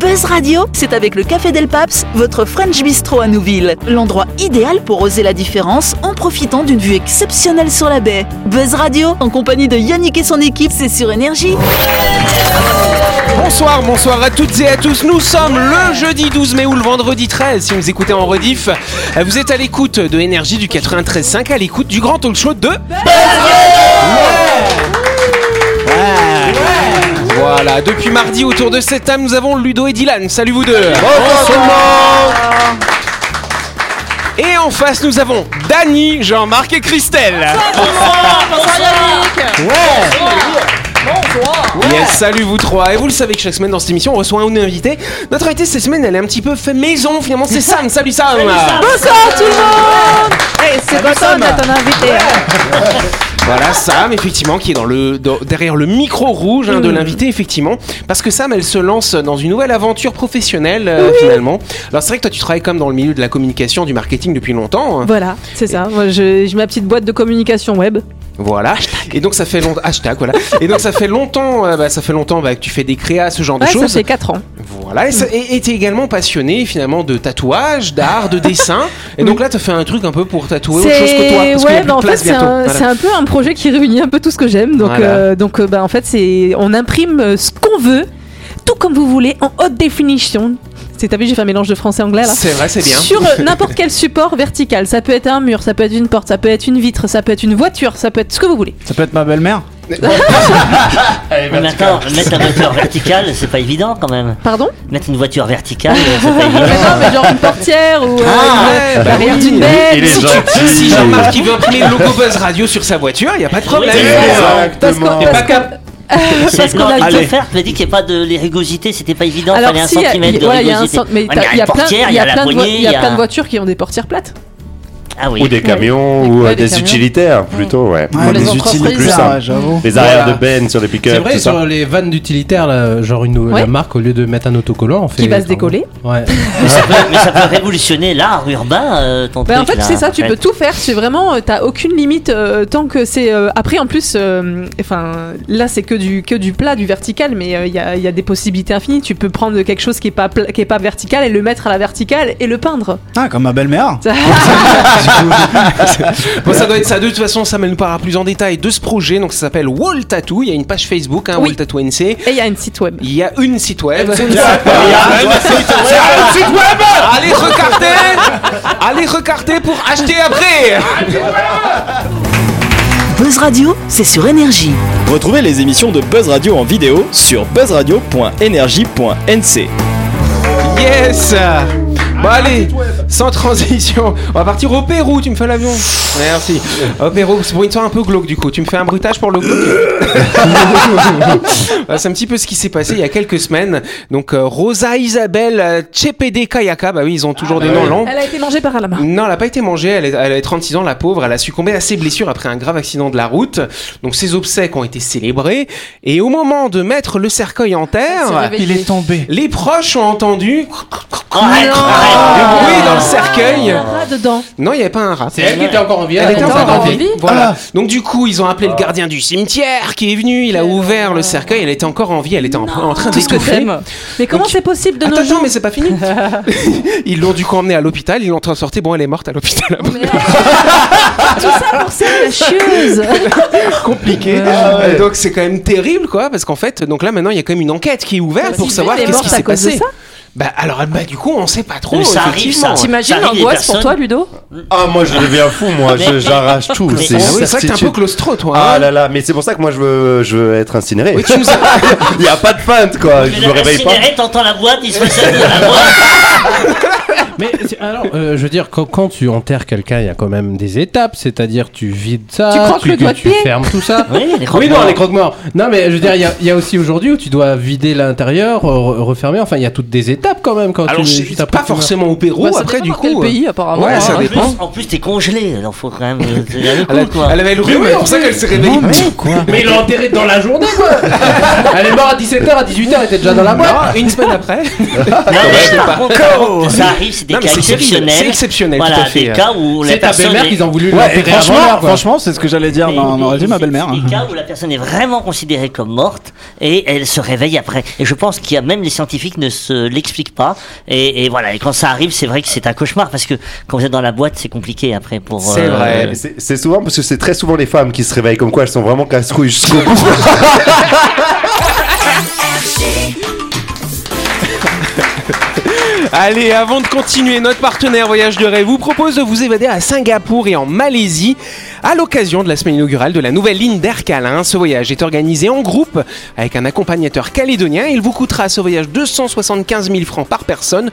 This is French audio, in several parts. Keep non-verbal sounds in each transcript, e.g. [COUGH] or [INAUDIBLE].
Buzz Radio, c'est avec le Café Del Paps, votre French Bistro à Nouville. L'endroit idéal pour oser la différence en profitant d'une vue exceptionnelle sur la baie. Buzz Radio, en compagnie de Yannick et son équipe, c'est sur Énergie. Bonsoir, bonsoir à toutes et à tous. Nous sommes le jeudi 12 mai ou le vendredi 13 si vous écoutez en rediff. Euh, Vous êtes à l'écoute de Énergie du 93.5, à l'écoute du grand talk show de... Ouais. Voilà, depuis mardi autour de cette table, nous avons Ludo et Dylan. Salut vous deux. Et en face, nous avons Dany, Jean-Marc et Christelle. Yes, salut vous trois. Et vous le savez que chaque semaine dans cette émission, on reçoit un invité. Notre invité cette semaine, elle est un petit peu fait maison. Finalement, c'est Sam. Salut Sam. Bonsoir tout le monde Hey, c'est Ah bah. content d'être ton invité. Voilà Sam, effectivement, qui est dans le dans- derrière le micro rouge hein, de Mm. l'invité, effectivement, parce que Sam, elle se lance dans une nouvelle aventure professionnelle euh, finalement. Alors c'est vrai que toi, tu travailles comme dans le milieu de la communication, du marketing depuis longtemps. hein. Voilà, c'est ça. Moi, je- j'ai ma petite boîte de communication web. Voilà. Et donc ça fait longtemps. Hashtag voilà. Et donc ça fait longtemps, euh, bah, ça fait longtemps bah, que tu fais des créas, ce genre Ouais, de ça choses. fait 4 ans. Voilà, et ça- et et t'es également passionné finalement de tatouage, d'art, de [LAUGHS] dessin. Et donc là, t'as fait un truc un peu pour tatouer autre chose que toi. Parce qu'il y a ouais, plus bah, de en fait, place c'est bientôt. un, Voilà. c'est un peu un projet qui réunit un peu tout ce que j'aime. Donc, Voilà. euh, donc, euh, bah, en fait, c'est on imprime euh, ce qu'on veut, tout comme vous voulez, en haute définition. C'est t'as vu, j'ai fait un mélange de français et anglais là. C'est vrai, c'est bien. Sur euh, n'importe quel support vertical, ça peut être un mur, ça peut être une porte, ça peut être une vitre, ça peut être une voiture, ça peut être ce que vous voulez. Ça peut être ma belle-mère Mais attends, mettre une voiture verticale, c'est pas évident quand même. Pardon Mettre une voiture verticale, euh, [LAUGHS] c'est pas Mais évident. non, mais genre une portière ou euh, Ah, une- bah l'arrière oui. d'une bête. Il est gentil. Si Jean-Marc il veut imprimer le logo Buzz Radio sur sa voiture, il n'y a pas de problème. Oui, Parce qu'on- Exactement. T'es parce pas qu'on- cap- parce qu'on Non, a il dit- faut faire, tu as dit qu'il n'y a pas de les rugosités, c'était pas évident, Alors fallait un si, il y a- centimètre de voilà, il y a un rugosité. cent- mais Ouais, t'as- mais il y a plein, portière, il y a la plein de vo- poignée, il y a plein de voitures qui ont des portières plates. Ah oui. Ou des camions, Ouais. ou euh, Ouais, des des, camions. utilitaires plutôt, ouais. Ouais, des les utiles les plus entreprises, simples. ouais, j'avoue. Les arrières Voilà. de Ben sur les C'est pick-up, tout vrai, ça. sur les vannes d'utilitaire, là, genre une, Ouais. la marque, au lieu de mettre un autocollant, on fait. Qui va se enfin, décoller. Ouais. Mais ça peut, mais ça peut révolutionner l'art urbain, euh, ton Bah, en truc, fait, là, c'est ça, en tu fait. peux tout faire. C'est vraiment, euh, t'as aucune limite euh, tant que c'est. euh, après, en plus, euh, enfin, là, c'est que du que du plat, du vertical, mais euh, il y, a, il y a des possibilités infinies. Tu peux prendre quelque chose qui est pas pla- qui est pas vertical et le mettre à la verticale et le peindre. Ah, comme ma belle-mère Bon, ça doit être ça. De toute façon, ça nous parlera plus en détail de ce projet. Donc, ça s'appelle Wall Tattoo. Il y a une page Facebook, hein, Oui. Wall Tattoo NC. Et il y a une site web. [LAUGHS] Il y a une site web. Allez recarter Allez recarter pour acheter après Buzz Radio, c'est sur Énergie. Retrouvez les émissions de Buzz Radio en vidéo sur buzzradio.energie.nc. Yes Bon allez, sans transition, on va partir au Pérou, tu me fais l'avion Merci. Au Pérou, c'est pour une soirée un peu glauque du coup, tu me fais un bruitage pour le [LAUGHS] glauque Voilà, C'est un petit peu ce qui s'est passé il y a quelques semaines. Donc euh, Rosa Isabel euh, Chepede Kayaka, bah oui, ils ont toujours des noms longs. Elle a été mangée par un lama. Non, elle n'a pas été mangée, elle, est- elle a 36 ans, la pauvre, elle a succombé à ses blessures après un grave accident de la route. Donc ses obsèques ont été célébrées, et au moment de mettre le cercueil en terre, Il est tombé. les proches ont entendu Ah, Ah, Arrête, arrête. le bruit dans le cercueil. Ah, dedans. Non, il n'y avait pas un rat. C'est elle Ah. qui était encore en vie. Elle était encore encore en en vie. vie. Voilà. Donc du coup, ils ont appelé le gardien du cimetière qui est venu. Il a ouvert le cercueil. Elle était encore en vie. Elle était en, en train Tout ce que d'étouffer. t'aimes. Mais comment Donc- c'est possible de Attends, nos attends, jours mais c'est pas [LAUGHS] fini. ils l'ont du coup emmenée à l'hôpital. Ils l'ont transportée. Bon, elle est morte à l'hôpital. [LAUGHS] Tout ça pour cette chieuse. [LAUGHS] Compliqué. Et Donc c'est quand même terrible, quoi, parce qu'en fait, donc là maintenant, il y a quand même une enquête qui est ouverte pour savoir qu'est-ce qui s'est passé. Bah alors, bah du coup, on sait pas trop. Mais ça arrive, ça. effectivement. T'imagines Ça arrive, les l'angoisse pour personnes- toi, Ludo Ah, moi je deviens fou, moi, je- Mais- j'arrache tout. Mais- c'est Ah une oui, C'est vrai que t'es un peu certitude. claustro, toi. hein. Ah là là, mais c'est pour ça que moi je veux, je veux être incinéré. Oui, tu nous as- [LAUGHS] Il n'y a pas de feinte quoi, Ah, je Mais me la réveille pas. cigarette, t'entends la boîte, il se fait servir [LAUGHS] la boîte. Mais c'est- alors, euh, je veux dire, quand, quand tu enterres quelqu'un, il y a quand même des étapes, c'est-à-dire tu vides ça, Tu croques le doigt de tu pied. fermes tout ça. Oui, les Oui, croque-morts. non, les croque-morts. Non, mais je veux dire, il y a- il y, a aussi aujourd'hui où tu dois vider l'intérieur, re- refermer. Enfin, il y a toutes des étapes quand même quand Alors, tu. je juste sais après euh, pas tu meurs. forcément au Pérou, Bah, ça après, dépend du dans quel coup. euh, pays, apparemment. hein. Ouais, ça En plus- dépend. En plus, t'es congelé, alors faut quand même. euh, Il y a le Elle, coup, quoi. elle avait le rhume, c'est pour ça qu'elle s'est réveillée. Mais il l'a enterré dans la journée, quoi Elle est morte à 17h, à 18h, elle était déjà dans la boîte Non, une semaine après. Oh, Mais par contre, Ça arrive, c'est des Non, mais cas c'est terrible, exceptionnels. C'est exceptionnel, tout à Voilà, fait. des cas où la C'est ta personne. belle-mère est- qu'ils ont voulu Ouais, et l'enterrer avant l'heure, franchement, quoi. franchement, c'est ce que j'allais dire. Mais- dans- dans mais- Radio, ma c'est- belle-mère. hein. c'est Des cas où la personne est vraiment considérée comme morte et elle se réveille après. Et je pense qu'il y a même les scientifiques ne se l'expliquent pas. Et, et voilà. Et quand ça arrive, c'est vrai que c'est un cauchemar parce que quand vous êtes dans la boîte, c'est compliqué après pour. euh, C'est vrai. Mais c'est- C'est souvent parce que c'est très souvent les femmes qui se réveillent comme quoi elles sont vraiment casse-couilles jusqu'au bout. Allez, avant de continuer, notre partenaire Voyage de Rêve vous propose de vous évader à Singapour et en Malaisie à l'occasion de la semaine inaugurale de la nouvelle ligne d'Air Calin. Ce voyage est organisé en groupe avec un accompagnateur calédonien. Il vous coûtera ce voyage 275 000 francs par personne.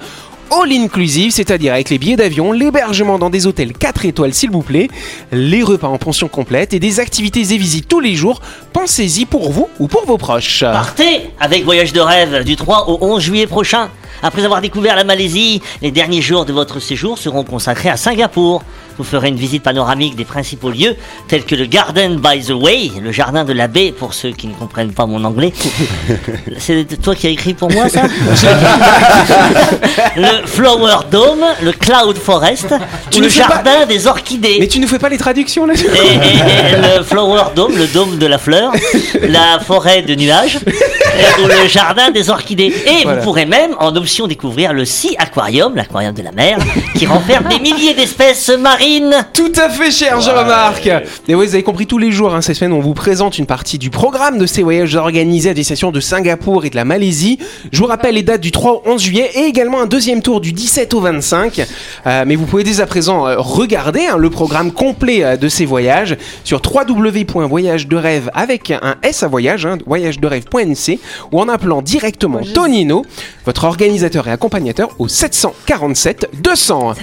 All inclusive, c'est-à-dire avec les billets d'avion, l'hébergement dans des hôtels 4 étoiles s'il vous plaît, les repas en pension complète et des activités et visites tous les jours. Pensez-y pour vous ou pour vos proches. Partez avec Voyage de rêve du 3 au 11 juillet prochain. Après avoir découvert la Malaisie, les derniers jours de votre séjour seront consacrés à Singapour. Vous ferez une visite panoramique des principaux lieux tels que le Garden by the Way, le jardin de la baie pour ceux qui ne comprennent pas mon [LAUGHS] anglais. C'est toi qui as écrit pour moi ça [LAUGHS] Le Flower Dome, le Cloud Forest, Tu ou ne le fais pas- jardin des orchidées Mais tu ne fais pas les traductions là et, et- et le flower dome, le dôme de la fleur, la forêt de nuages, et- ou le jardin des orchidées. Et vous pourrez même, en option, découvrir le Sea Aquarium, l'aquarium de la mer, qui renferme des milliers d'espèces marines. Tout à fait, cher, je remarque. Et oui, vous avez compris, tous les jours, hein, cette semaine, on vous présente une partie du programme de ces voyages organisés à destination de Singapour et de la Malaisie. Je vous rappelle les dates du 3 au 11 juillet et également un deuxième tour du 17 au 25. Euh, mais vous pouvez dès à présent euh, regarder hein, le programme complet euh, de ces voyages sur www.voyagesderêve avec un S à voyage, hein, voyagesderêve.nc ou en appelant directement Tonino, votre organisateur et accompagnateur au 747 200.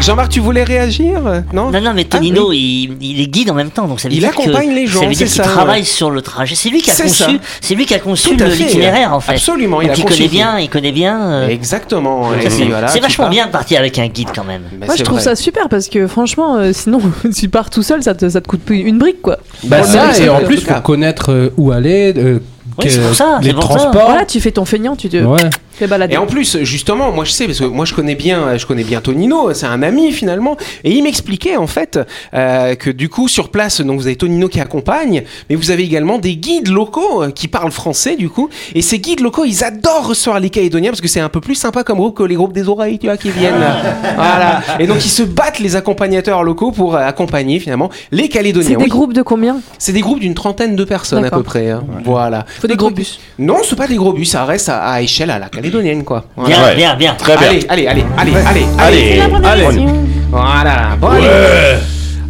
Jean-Marc, tu voulais réagir Non Non, non, mais Ah, Tonino, il, il est guide en même temps, donc ça veut Il dire que- accompagne les gens, Ça veut c'est dire qu'il ça, travaille sur le trajet. C'est lui qui a C'est ça. conçu, c'est lui qui a conçu Tout à le- fait. l'itinéraire en fait. Absolument, il Donc a il conçu. connaît bien, il connaît bien. euh, Exactement. donc Et ça, c'est puis voilà, c'est tu vachement pars. bien de partir avec un guide quand même. Bah, Moi, c'est je trouve vrai. ça super parce que franchement, euh, sinon, [LAUGHS] tu pars tout seul, ça te, ça te coûte plus une brique quoi. Bah Bon, mais ça, c'est et en le hein. plus, cas. faut connaître euh, où aller, euh, Oui, que- c'est pour ça, les c'est pour ça. transports. Voilà, tu fais ton feignant, tu te Ouais. fais Oh. balader. Et en plus, justement, moi je sais parce que moi je connais bien, je connais bien Tonino. C'est un ami finalement, et il m'expliquait en fait euh, que du coup sur place, donc vous avez Tonino qui accompagne, mais vous avez également des guides locaux euh, qui parlent français du coup. Et ces guides locaux, ils adorent recevoir les Calédoniens parce que c'est un peu plus sympa comme groupe que les groupes des oreilles, tu vois, qui [LAUGHS] viennent. là. voilà. Et donc ils se battent les accompagnateurs locaux pour euh, accompagner finalement les Calédoniens. C'est des Oui. groupes de combien C'est des groupes d'une trentaine de personnes à D'accord. peu près. hein. Voilà. Faut des Le gros truc- bus. Non, c'est pas des gros bus, ça reste à, à échelle à la calédonienne quoi. Voilà. Bien, Ouais. bien, bien. Très bien. Allez, allez, allez, allez, allez, Allez, allez. Voilà. Bon, allez.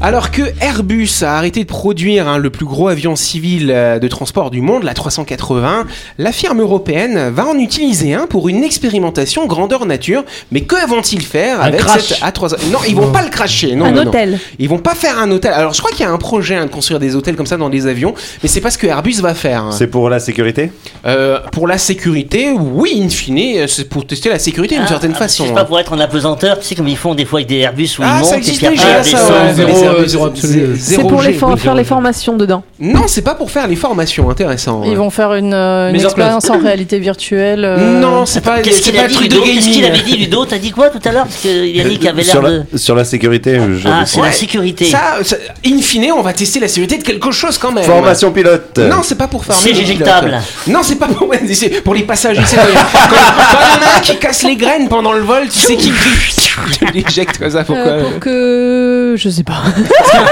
Alors que Airbus a arrêté de produire hein, le plus gros avion civil euh, de transport du monde, la 380, la firme européenne va en utiliser un pour une expérimentation grandeur nature. Mais que vont-ils faire avec crash. cette A380 Non, ils vont pas le cracher. Non, Un non, non. hôtel. Ils vont pas faire un hôtel. Alors je crois qu'il y a un projet hein, de construire des hôtels comme ça dans des avions, mais c'est pas ce que Airbus va faire. hein. C'est pour la sécurité Euh, pour la sécurité, oui, in fine, euh, c'est pour tester la sécurité d'une Ah, certaine ah, façon. C'est hein. pas pour être en apesanteur, tu sais, comme ils font des fois avec des Airbus où Ah, ils montent ça et existe puis après déjà, ils ça, ouais. descendent. Zéro, Les euh, Airbus, zéro absolu. zé- C'est zéro pour les G. for- oui, faire zéro les G. formations dedans. Non, c'est pas pour faire les formations, intéressant. hein. Ils vont faire une, euh, une Mise en place. expérience en réalité virtuelle. euh, Non, c'est pas, Qu'est-ce c'est qu'il pas a un dit truc de Ludo Qu'est-ce qu'il gaming. avait dit Ludo T'as dit quoi tout à l'heure Parce que Yannick avait l'air Euh, sur, de. la, sur la sécurité, je- Ah, c'est Ouais. la sécurité. Ça, ça- in fine, on va tester la sécurité de quelque chose quand même. Formation pilote. Non, c'est pas pour farmer. C'est les pilotes. éjectable. Non, c'est pas pour, c'est pour les passagers. c'est vrai. quand quand il y en a un qui casse les graines pendant le vol, tu sais qu'il crie. [LAUGHS] Tu l'éjectes comme ça, pourquoi Euh, pour que. Je sais pas.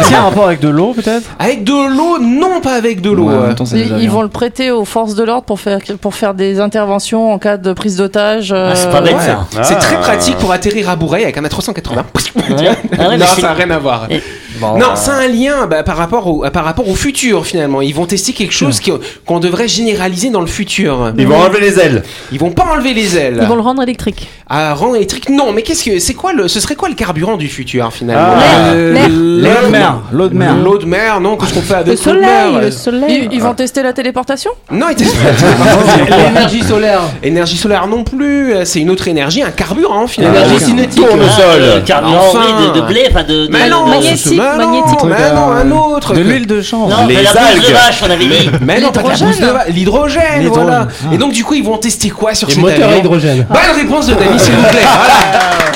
C'est un rapport avec de l'eau, peut-être Avec de l'eau Non, pas avec de l'eau. Ouais, en euh. même temps, c'est des Ils, ils avions. vont le prêter aux forces de l'ordre pour faire, pour faire des interventions en cas de prise d'otage. euh, Ah, c'est pas bête Ouais. ça. Ah. C'est très pratique pour atterrir à Bourreil avec un A380. Ah ouais, mais [LAUGHS] non, c'est- ça n'a rien à voir. Et- Bon, Non, euh, ça a un lien bah, par, rapport au, par rapport au futur finalement. Ils vont tester quelque chose qui- qu'on devrait généraliser dans le futur. Ils vont enlever les ailes. Ils vont pas enlever les ailes. Ils vont le rendre électrique. À rang électrique, non. Mais qu'est-ce que c'est quoi le Ce serait quoi le carburant du futur finalement Ah. Euh, L'air. L'eau de mer. L'eau de mer. L'eau de mer, non, qu'est-ce qu'on fait avec Le l'eau de mer Euh, soleil, le soleil. Ils, ils vont tester la téléportation Non, il L'énergie solaire. Énergie solaire non plus, euh, c'est une autre énergie, un carburant finalement. L'énergie Un- cinétique. Ah, euh, carburant, Enfin. oui, de, de blé, enfin de. de- Mais de- non, de- magnétique, magnétique. Mais non, un autre. De que- l'huile de chanvre. Non, Les de la bouse de algues. vache, on avait dit. Mais non, pas de la L'hydrogène. bouse de va- L'hydrogène, L'hydrogène, voilà. ah. Et donc du coup, ils vont tester quoi sur Et cet moteur à avion hydrogène. Bonne réponse de Dany, s'il vous plaît. Voilà. Ah,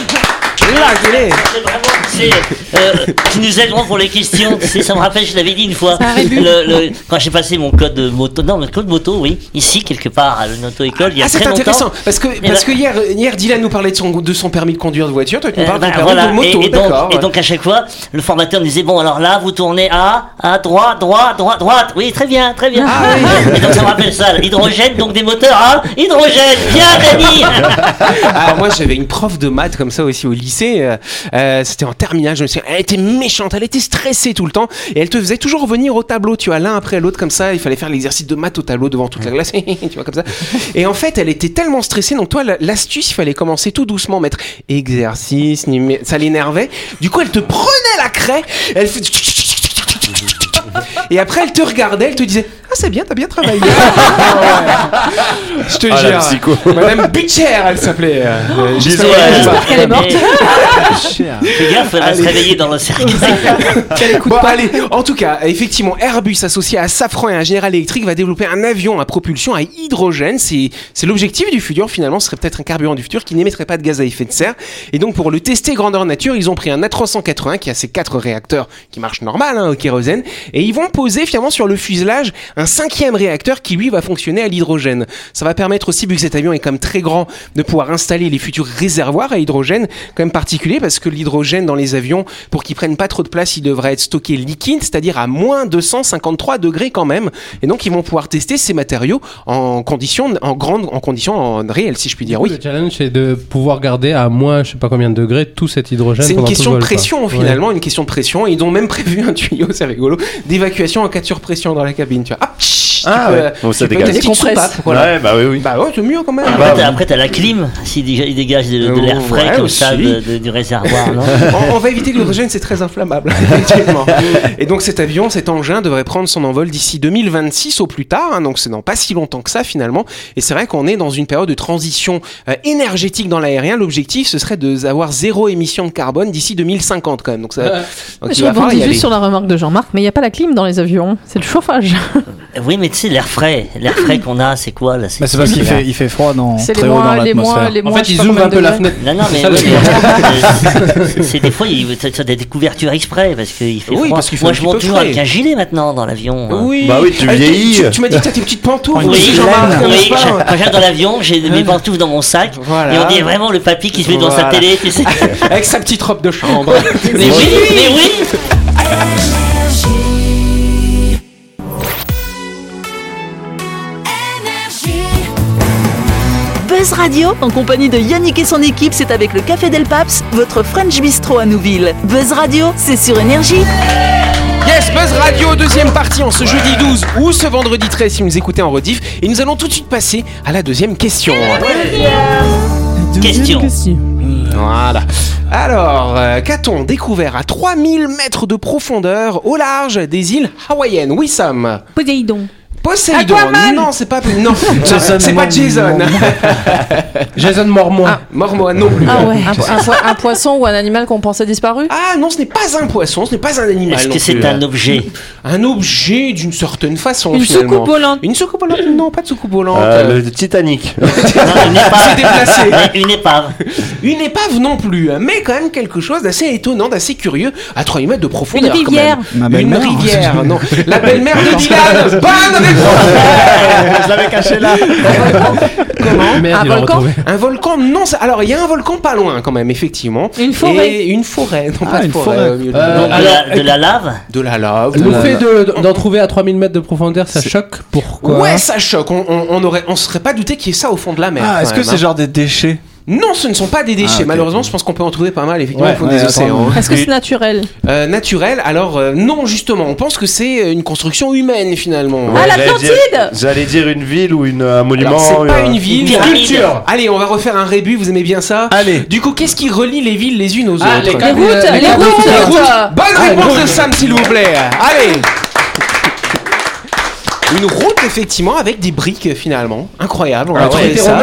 Là, quel est C'est vraiment, tu sais, euh, qui nous aideront pour les questions. Tu sais, ça me rappelle, je l'avais dit une fois. Le- le- quand j'ai passé mon code moto, non, mon code moto, oui, ici quelque part à l'auto-école, il y a Ah, c'est très longtemps. intéressant parce que parce ben- que hier hier Dylan nous parlait de son de son permis de conduire de voiture, toi tu nous Euh, parles de bah, ton permis voilà. de moto, et, et donc, d'accord. et donc à chaque fois, le formateur nous disait bon alors là vous tournez à à droite droite droite droite oui très bien très bien Ah, oui. et donc ça me rappelle ça l'hydrogène donc des moteurs à hydrogène bien [LAUGHS] Dani Alors Ah, moi j'avais une prof de maths comme ça aussi au lycée. euh, euh, C'était en terminale. Je me souviens, elle était méchante, elle était stressée tout le temps et elle te faisait toujours revenir au tableau. Tu vois l'un après l'autre comme ça. Il fallait faire l'exercice de maths au tableau devant toute la classe. [LAUGHS] tu vois comme ça. Et en fait elle était tellement stressée. Donc toi la- l'astuce il fallait commencer tout doucement mettre exercice. numé- Ça l'énervait. Du coup elle te prenait la craie. Elle fait et après, elle te regardait, elle te disait Ah, c'est bien, t'as bien travaillé. Je te Ah, la jure. psycho. Madame Butcher, elle s'appelait. euh, euh, Bisous, j'espère elle. qu'elle J'espère est qu'elle est morte. [LAUGHS] Cher. Fais gaffe, elle va se Allez. réveiller dans [LAUGHS] le cercle. pas. Bon, allez, en tout cas, effectivement, Airbus associé à Safran et à General Electric va développer un avion à propulsion à hydrogène. C'est c'est l'objectif du futur finalement. Ce serait peut-être un carburant du futur qui n'émettrait pas de gaz à effet de serre. Et donc pour le tester grandeur nature, ils ont pris un A380 qui a ses quatre réacteurs qui marchent normal hein, au kérosène et ils vont poser finalement sur le fuselage un cinquième réacteur qui lui va fonctionner à l'hydrogène. Ça va permettre aussi, vu que cet avion est quand même très grand, de pouvoir installer les futurs réservoirs à hydrogène, quand même particulier parce que l'hydrogène dans les avions, pour qu'ils prennent pas trop de place, il devrait être stocké liquide, c'est-à-dire à moins 253 degrés quand même. Et donc ils vont pouvoir tester ces matériaux en condition, en grande, en condition en réelle, si je puis dire. Oui. Le challenge, c'est de pouvoir garder à moins, je sais pas combien de degrés, tout cet hydrogène. C'est une pendant tout question le de vol, quoi. pression Ouais. finalement, une question de pression. Ils ont même prévu un tuyau, c'est rigolo, d'évacuation en cas de surpression dans la cabine. Tu vois, ah, psh, Ah, tu peux- ouais. Bon, ça tu peux dégage. ta petite Décompresse. soupape, voilà. Ouais, bah oui, oui. Bah ouais, c'est mieux quand même. Après, t'as- après, t'as la clim, s'il dég- il dégage de, de l'air frais Oh, Ouais, comme ça aussi. de- de- du réservoir, non Hein, on, on va éviter que l'hydrogène, c'est très inflammable. [LAUGHS] effectivement. Et donc cet avion, cet engin devrait prendre son envol d'ici 2026 au plus tard, hein, donc c'est dans pas si longtemps que ça finalement. Et c'est vrai qu'on est dans une période de transition euh, énergétique dans l'aérien. L'objectif, ce serait de d'avoir zéro émission de carbone d'ici 2050 quand même. Donc ça, donc, bah, il Je va falloir y rebondis aller. juste sur la remarque de Jean-Marc, mais il n'y a pas la clim dans les avions, c'est le chauffage. Oui, mais tu sais, l'air frais, l'air frais qu'on a, c'est quoi là Bah, c'est parce qu'il fait, il fait froid [LAUGHS] dans, C'est les très haut dans moins, les moins, l'atmosphère. les En moins. fait, ils ouvrent un peu la fenêtre. Non, non, mais, C'est ça, oui, [LAUGHS] le- mais- c'est- c'est des fois, il ça, ça, des couvertures exprès parce qu'il fait Oui, froid. parce qu'il fait Moi, un je petit monte peu toujours frais. avec un gilet maintenant dans l'avion. hein. Oui. Bah oui, tu Ah, vieillis. Tu, tu m'as dit que t'as tes petites pantoufles. Une Oui, petite Jean-Marc, laine. oui, n'est-ce pas hein. quand j'arrive dans l'avion, j'ai mes pantoufles dans mon sac. Voilà. Et on dirait vraiment le papy qui se met dans sa Voilà. télé, [LAUGHS] tu sais. Avec sa petite robe de chambre. mais oui, mais oui Buzz Radio, en compagnie de Yannick et son équipe, c'est avec le Café Del Paps, votre French Bistro à Nouville. Buzz Radio, c'est sur énergie. Yes, Buzz Radio, deuxième partie en ce jeudi 12 ou ce vendredi 13 si vous nous écoutez en rediff. Et nous allons tout de suite passer à la deuxième question. Question. Voilà. Alors, euh, qu'a-t-on découvert à 3000 mètres de profondeur au large des îles hawaïennes Oui, Sam. Poséidon. Poséidon. Non, c'est pas... Non, Jason c'est pas Momoa. Jason. Jason Mormon. Ah, Mormon non plus. Ah ouais, un, po- un po- un poisson ou un animal qu'on pensait disparu Ah non, ce n'est pas un poisson, ce n'est pas un animal. Est-ce non que c'est plus. [LAUGHS] un objet Un objet d'une certaine façon Une finalement. soucoupe volante. Une soucoupe volante Non, pas de soucoupe volante. Euh, le Titanic. Non, une C'est épave. déplacé. Mais Une épave. Une épave non plus, hein, mais quand même quelque chose d'assez étonnant, d'assez curieux, à 3000 mètres de profondeur. Une quand rivière. même. Ma Une belle-mère. rivière, [LAUGHS] non. La belle-mère de Dylan Bonne réponse [LAUGHS] Je l'avais caché là. Comment Un volcan Un volcan, non. ça- Alors, il y a un volcan pas loin, quand même, effectivement. Une forêt. Et une forêt, non Ah, pas de une forêt. forêt. au milieu de- Euh, Donc, de, la, de la lave de la lave. de Le la- fait de- d'en trouver à 3000 mètres de profondeur, ça Oh. choque. Pourquoi Ouais, ça choque. On, on, on aurait, on serait pas douté qu'il y ait ça au fond de la mer. Ah, est-ce quand que même, c'est hein. genre des déchets Non, ce ne sont pas des déchets. Ah, ok. Malheureusement, je pense qu'on peut en trouver pas mal, effectivement, Ouais, au fond ouais, des attends, océans. mais- Est-ce que c'est naturel Euh, naturel, alors euh, non, justement, on pense que c'est euh, une construction humaine, finalement. Ouais, j'allais l'Atlantide dire- J'allais dire une ville ou une, un monument. Alors, c'est pas euh, une ville, Une pyramide. culture. Allez, on va refaire un rébut, vous aimez bien ça Allez. Du coup, qu'est-ce qui relie les villes les unes aux autres Ah, Les Ah, routes, les Les routes. routes. euh, Bonne réponse routes. de Sam, s'il vous plaît. Allez. Une route, effectivement, avec des briques, finalement. Incroyable. On Ah a trouvé ça.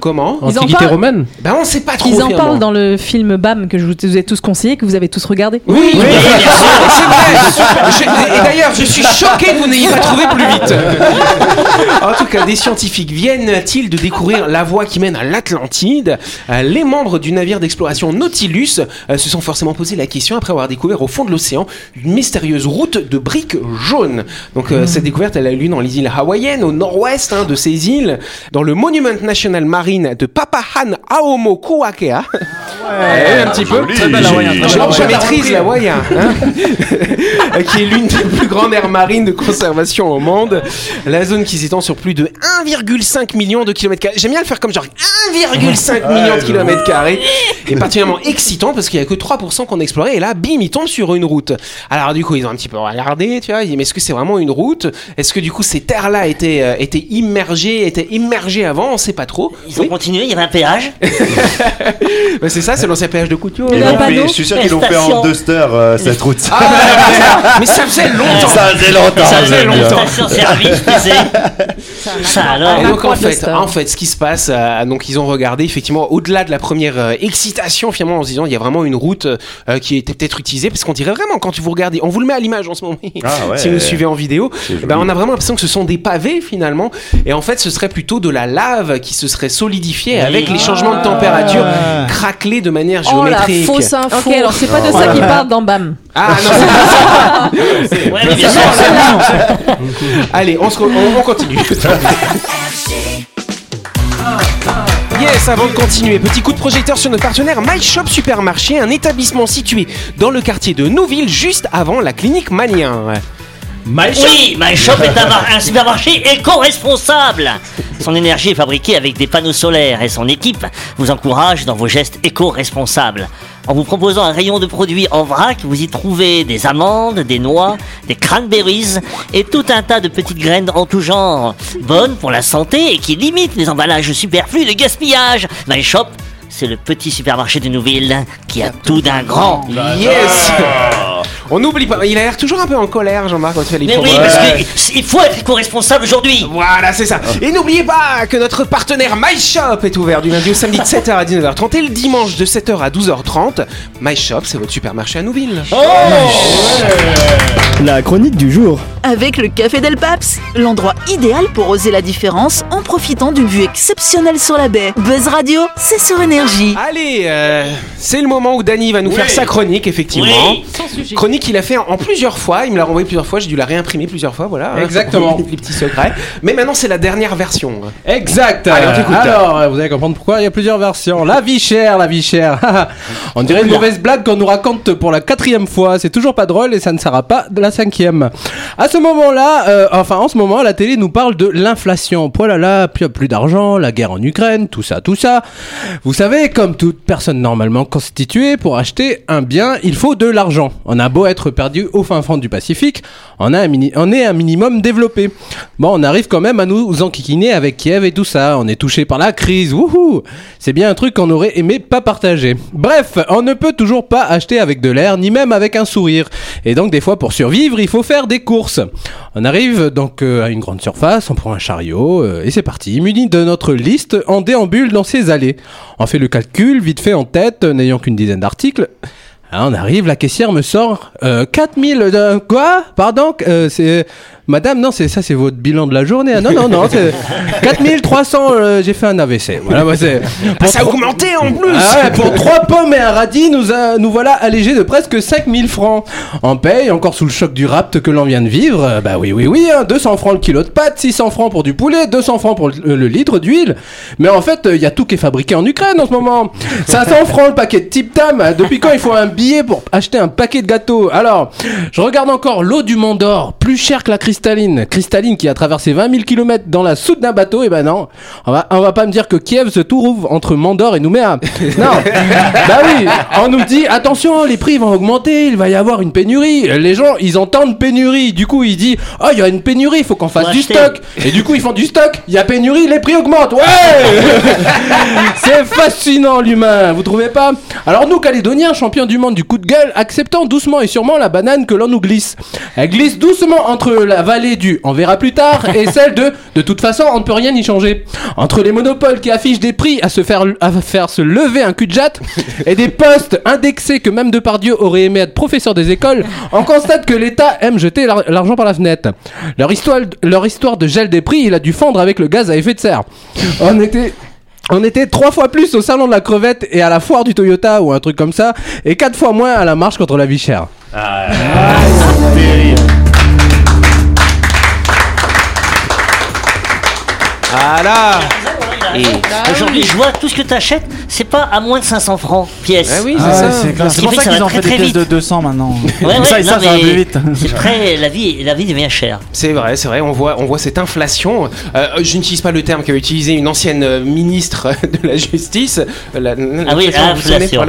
Comment Ils en Antiquité parlent. romaine Ben, on sait pas trop. Ils en finalement. parlent dans le film BAM que je vous vous ai tous conseillé, que vous avez tous regardé. Oui, oui, bien sûr, c'est vrai. super. Je- et d'ailleurs, je suis choqué que vous n'ayez pas trouvé plus vite. [LAUGHS] En tout cas, des scientifiques viennent-ils de découvrir la voie qui mène à l'Atlantide Euh, Les membres du navire d'exploration Nautilus euh, se sont forcément posé la question après avoir découvert au fond de l'océan une mystérieuse route de briques jaunes. Donc euh, cette découverte, elle a eu lieu dans les îles hawaïennes, au nord-ouest hein, de ces îles, dans le Monument National Marine de Papahanaumokuakea. Ouais, [LAUGHS] un petit peu. Joli, Très belle joli. Hawaïenne, très Je, belle je Hawaïenne. maîtrise la Waya, hein, qui est l'une des plus grandes aires marines de conservation au monde. La zone qui s'étend sur plus de 1,5 million de kilomètres carrés. J'aime bien le faire comme genre 1,5 million de je kilomètres carrés. Et particulièrement excitant parce qu'il n'y a que 3% qu'on explorait. Et là, bim, ils tombent sur une route. Alors du coup, ils ont un petit peu regardé, tu vois. Ils disent, mais est-ce que c'est vraiment une route Est-ce que du coup, ces terres-là étaient, euh, étaient immergées, étaient immergées avant On sait pas trop. Ils ont Oui, continué, il y avait un péage. bah, c'est ça, c'est l'ancien péage de Coutio. Ils [LAUGHS] Il y a l'ont pas fait- d'eau. je suis sûr qu'ils l'ont fait Station. en duster euh, cette route. Ah, bah, mais ça faisait longtemps. [LAUGHS] ça faisait longtemps. ça faisait j'aime bien. longtemps. Station service, tu sais. [LAUGHS] Ça alors. Et donc en Ah, Incroyable fait, star. en fait, ce qui se passe, euh, donc ils ont regardé effectivement au-delà de la première euh, excitation finalement en se disant il y a vraiment une route euh, qui était peut-être utilisée parce qu'on dirait vraiment quand vous regardez, on vous le met à l'image en ce moment. [LAUGHS] Ah ouais. si vous nous suivez en vidéo, C'est joli. ben, on a vraiment l'impression que ce sont des pavés finalement et en fait ce serait plutôt de la lave qui se serait solidifiée avec les changements de température Ah. craquelés de manière Oh la géométrique. fausse info. Ok, alors c'est pas de ça qu'ils parlent dans BAM. ah non, c'est pas ça. [LAUGHS] Ouais, mais bien sûr. Allez, on, se re- on- on continue. Yes, avant de continuer, petit coup de projecteur sur notre partenaire My Shop Supermarché, un établissement situé dans le quartier de Nouville, juste avant la clinique Manien. Oui, My Shop est un, mar- un supermarché éco-responsable. Son énergie est fabriquée avec des panneaux solaires et son équipe vous encourage dans vos gestes éco-responsables. En vous proposant un rayon de produits en vrac, vous y trouvez des amandes, des noix, des cranberries et tout un tas de petites graines en tout genre, bonnes pour la santé et qui limitent les emballages superflus et le gaspillage. My Shop, c'est le petit supermarché de Nouville qui a tout d'un grand. Yes On n'oublie pas, il a l'air toujours un peu en colère, Jean-Marc, quand tu fais les Mais oui, promos. parce qu'il faut être éco-responsable aujourd'hui. Voilà, c'est ça. Et n'oubliez pas que notre partenaire My Shop est ouvert du lundi au samedi de 7h à 19h30 et le dimanche de 7h à 12h30. My Shop, c'est votre supermarché à Nouville. La chronique du jour. Avec le Café Del Paps, l'endroit idéal pour oser la différence en profitant d'une vue exceptionnelle sur la baie. Buzz Radio, c'est sur énergie. Allez, euh, c'est le moment où Dany va nous faire sa chronique, effectivement. Oui. Chronique qu'il a fait en, en plusieurs fois. Il me l'a renvoyé plusieurs fois. J'ai dû la réimprimer plusieurs fois. Voilà. hein, Exactement. pour [LAUGHS] les petits secrets. Mais maintenant, c'est la dernière version. Exact. Allez, on t'écoute. Alors, euh, vous allez comprendre pourquoi il y a plusieurs versions. La vie chère, la vie chère. [LAUGHS] on dirait une mauvaise blague qu'on nous raconte pour la quatrième fois. C'est toujours pas drôle et ça ne sera pas de la cinquième. À ce moment-là, euh, enfin en ce moment, la télé nous parle de l'inflation. Oh là là, plus, plus d'argent, la guerre en Ukraine, tout ça, tout ça. Vous savez, comme toute personne normalement constituée, pour acheter un bien, il faut de l'argent. On a beau être perdu au fin fond du Pacifique, on, a un mini- on est un minimum développé. Bon, on arrive quand même à nous enquiquiner avec Kiev et tout ça. On est touché par la crise, wouhou C'est bien un truc qu'on aurait aimé pas partager. Bref, on ne peut toujours pas acheter avec de l'air, ni même avec un sourire. Et donc, des fois, pour survivre, il faut faire des courses. On arrive donc euh, à une grande surface, on prend un chariot, euh, et c'est parti. Muni de notre liste, on déambule dans ces allées. On fait le calcul, vite fait en tête, euh, n'ayant qu'une dizaine d'articles. Ah, on arrive, la caissière me sort euh, 4000 de... Quoi Pardon euh, c'est Madame, non, c'est ça, c'est votre bilan de la journée. Ah, non, non, non, c'est 4300, euh, j'ai fait un AVC. Voilà, moi, c'est... Ah, ça a Pour- augmenté en plus. ah ouais, pour trois pommes et un radis, nous, a- nous voilà allégés de presque 5000 francs. On paye, encore sous le choc du rapt que l'on vient de vivre, euh, bah oui, oui, oui, hein, 200 francs le kilo de pâtes, 600 francs pour du poulet, 200 francs pour le, le litre d'huile. Mais en fait, il y a tout qui est fabriqué en Ukraine en ce moment. 500 francs le paquet de Tip Tam. euh, Depuis quand il faut un billet pour acheter un paquet de gâteaux Alors, je regarde encore l'eau du Mont d'Or, plus cher que la crise cristalline. Cristalline qui a traversé 20 000 km dans la soute d'un bateau. Et ben non, on va, on va pas me dire que Kiev se trouve entre Mandor et Nouméa. [LAUGHS] Non, bah oui, on nous dit attention, les prix vont augmenter, il va y avoir une pénurie. Les gens, ils entendent pénurie. Du coup, ils disent oh, il y a une pénurie, il faut qu'on fasse Faut du acheter. stock. Et du coup, ils font du stock. Il y a pénurie, les prix [LAUGHS] augmentent. Ouais [LAUGHS] C'est fascinant l'humain, vous trouvez pas Alors nous, Calédoniens, champions du monde du coup de gueule, acceptons doucement et sûrement la banane que l'on nous glisse. Elle glisse doucement entre la vallée du on verra plus tard et celle de de toute façon on ne peut rien y changer. Entre les monopoles qui affichent des prix à se faire, à faire se lever un cul de jatte et des postes indexés que même Depardieu aurait aimé être professeur des écoles, on constate que l'État aime jeter l'ar- l'argent par la fenêtre. Leur histoire, leur histoire de gel des prix, il a dû fondre avec le gaz à effet de serre. On était. On était trois fois plus au salon de la crevette et à la foire du Toyota ou un truc comme ça, et quatre fois moins à la marche contre la vie chère. Ah là Et aujourd'hui, je vois tout ce que t'achètes, c'est pas à moins de 500 francs pièce. Ah oui, c'est Ah ouais, ça. c'est clair. C'est Ce qui pour fait ça que ça qu'ils va ont très, fait des très pièces vite. de 200 maintenant. Ouais, Comme ouais, ça, et non, ça, ça va mais plus vite. C'est vrai, la vie, la vie devient chère. C'est vrai, c'est vrai, on voit, on voit cette inflation. Euh, je n'utilise pas le terme qu'a utilisé une ancienne euh, ministre de la Justice. Euh, la- Ah oui, l'inflation, vous savez, l'inflation. [LAUGHS]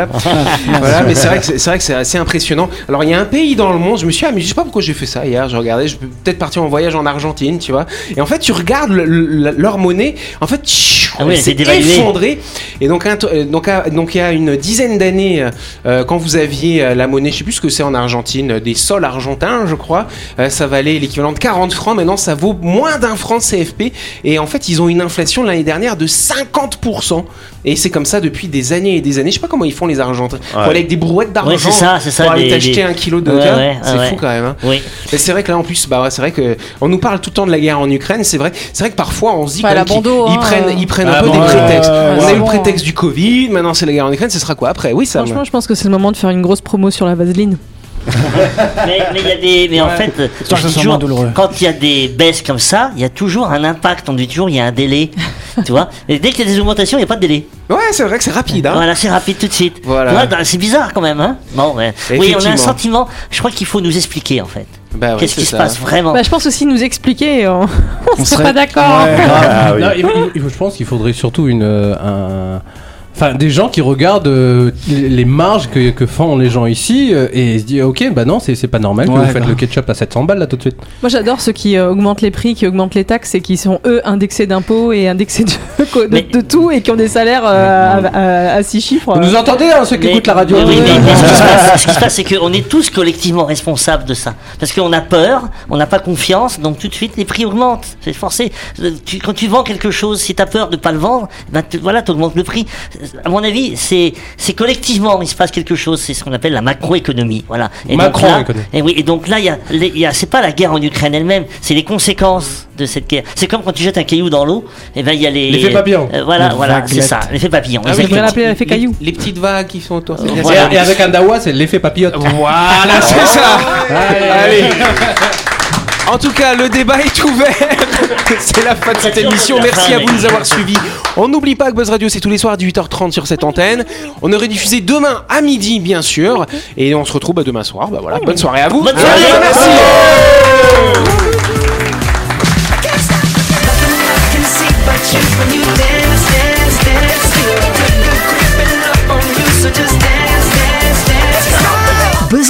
Voilà, Voilà, mais c'est vrai que c'est c'est vrai que c'est assez impressionnant. Alors, il y a un pays dans le monde, je me suis dit, ah, mais je sais pas pourquoi j'ai fait ça hier. Je regardais, je peux peut-être partir en voyage en Argentine, tu vois. Et en fait, tu regardes le- le- leur monnaie, en fait, chou, Ah oui, elle elle s'est s'est dévaluée. effondrée. Et donc, un t- euh, donc, à- donc, il y a une dizaine d'années, euh, quand vous aviez euh, la monnaie, je sais plus ce que c'est en Argentine, euh, des sols argentins, je crois, euh, ça valait l'équivalent de 40 francs. Maintenant, ça vaut moins d'un franc CFP. Et en fait, ils ont une inflation l'année dernière de 50%. Et c'est comme ça depuis des années et des années. Je sais pas comment ils font les Argentins. Faut aller avec des brouettes d'argent. Ouais, c'est ça, c'est ça, Pour aller des- t'acheter des- un kilo de Ouais, gaz. ouais, c'est ouais. fou quand même. hein. Oui. Et c'est vrai que là en plus, bah ouais, c'est vrai que on nous parle tout le temps de la guerre en Ukraine. C'est vrai, c'est vrai que parfois on se dit Enfin, quand la même qu'ils- bandeau, ils hein, prennent, euh. ils prennent un Ah peu bon, des ouais, prétextes. ouais, on a ouais, eu le bon. prétexte du Covid. Maintenant c'est la guerre en Ukraine. Ce sera quoi après Oui, ça. Franchement, je pense que c'est le moment de faire une grosse promo sur la vaseline. Mais, mais il y a des, mais en fait, Histoire je que ça soit dis toujours, moins douloureux. quand il y a des baisses comme ça, il y a toujours un impact. On dit toujours, il y a [LAUGHS] un délai. tu vois Et dès qu'il y a des augmentations, il n'y a pas de délai. Ouais, c'est vrai que c'est rapide. Hein. Voilà, c'est rapide tout de suite. Voilà. Tu vois, dans- C'est bizarre quand même. Hein bon, ouais. Oui, on a Effectivement. un sentiment. Je crois qu'il faut nous expliquer en fait. Ah Bah ouais, Qu'est-ce c'est qui se ça. passe vraiment Bah, je pense aussi nous expliquer, euh, [LAUGHS] on, on serait pas d'accord. Ouais, grave. Ah oui. Non, il- il- il- je pense qu'il faudrait surtout une, euh, un- enfin, des gens qui regardent euh, les les marges que, que font les gens ici euh, et se disent ok bah non c'est c'est pas normal que Ouais, vous faites grave. le ketchup à 700 balles là tout de suite. Moi j'adore ceux qui euh, augmentent les prix, qui augmentent les taxes et qui sont eux indexés d'impôts et indexés de, [LAUGHS] de, Mais- de tout et qui ont des salaires euh, à, à- à six chiffres. Vous nous entendez hein, ceux qui Mais- écoutent la radio mais oui, Ouais. mais- mais ce [LAUGHS] qui se passe, ce qui se passe, c'est qu'on est tous collectivement responsables de ça. Parce qu'on a peur, on n'a pas confiance, donc tout de suite les prix augmentent. C'est forcé. Euh, tu- quand tu vends quelque chose, si tu as peur de pas le vendre, ben tu, voilà, t'augmentes le prix. Euh, À mon avis, c'est c'est collectivement, il se passe quelque chose. C'est ce qu'on appelle la macroéconomie. Voilà. Et donc là, Macroéconomie. et oui, et donc là, il y a, les- il y a- c'est pas la guerre en Ukraine elle-même, c'est les conséquences de cette guerre. C'est comme quand tu jettes un caillou dans l'eau, et ben il y a les L'effet papillon. Ah Euh, voilà, Les voilà, c'est vaguelettes. ça, l'effet papillon. Ah, oui, exactement. on l'appeler l'effet caillou. Les, les petites vagues qui sont autour. Euh, Et- voilà. Et, avec Andawa c'est l'effet papillote. Voilà, Ah, c'est ça. Allez. En tout cas, le débat est ouvert. [LAUGHS] C'est la fin de cette émission. Merci à vous de nous avoir suivis. On n'oublie pas que Buzz Radio, c'est tous les soirs à 18h30 sur cette antenne. On est rediffusé demain à midi, bien sûr. Et on se retrouve bah, demain soir. Bah, voilà. Bonne soirée à vous. Bonne soirée. Merci. Buzz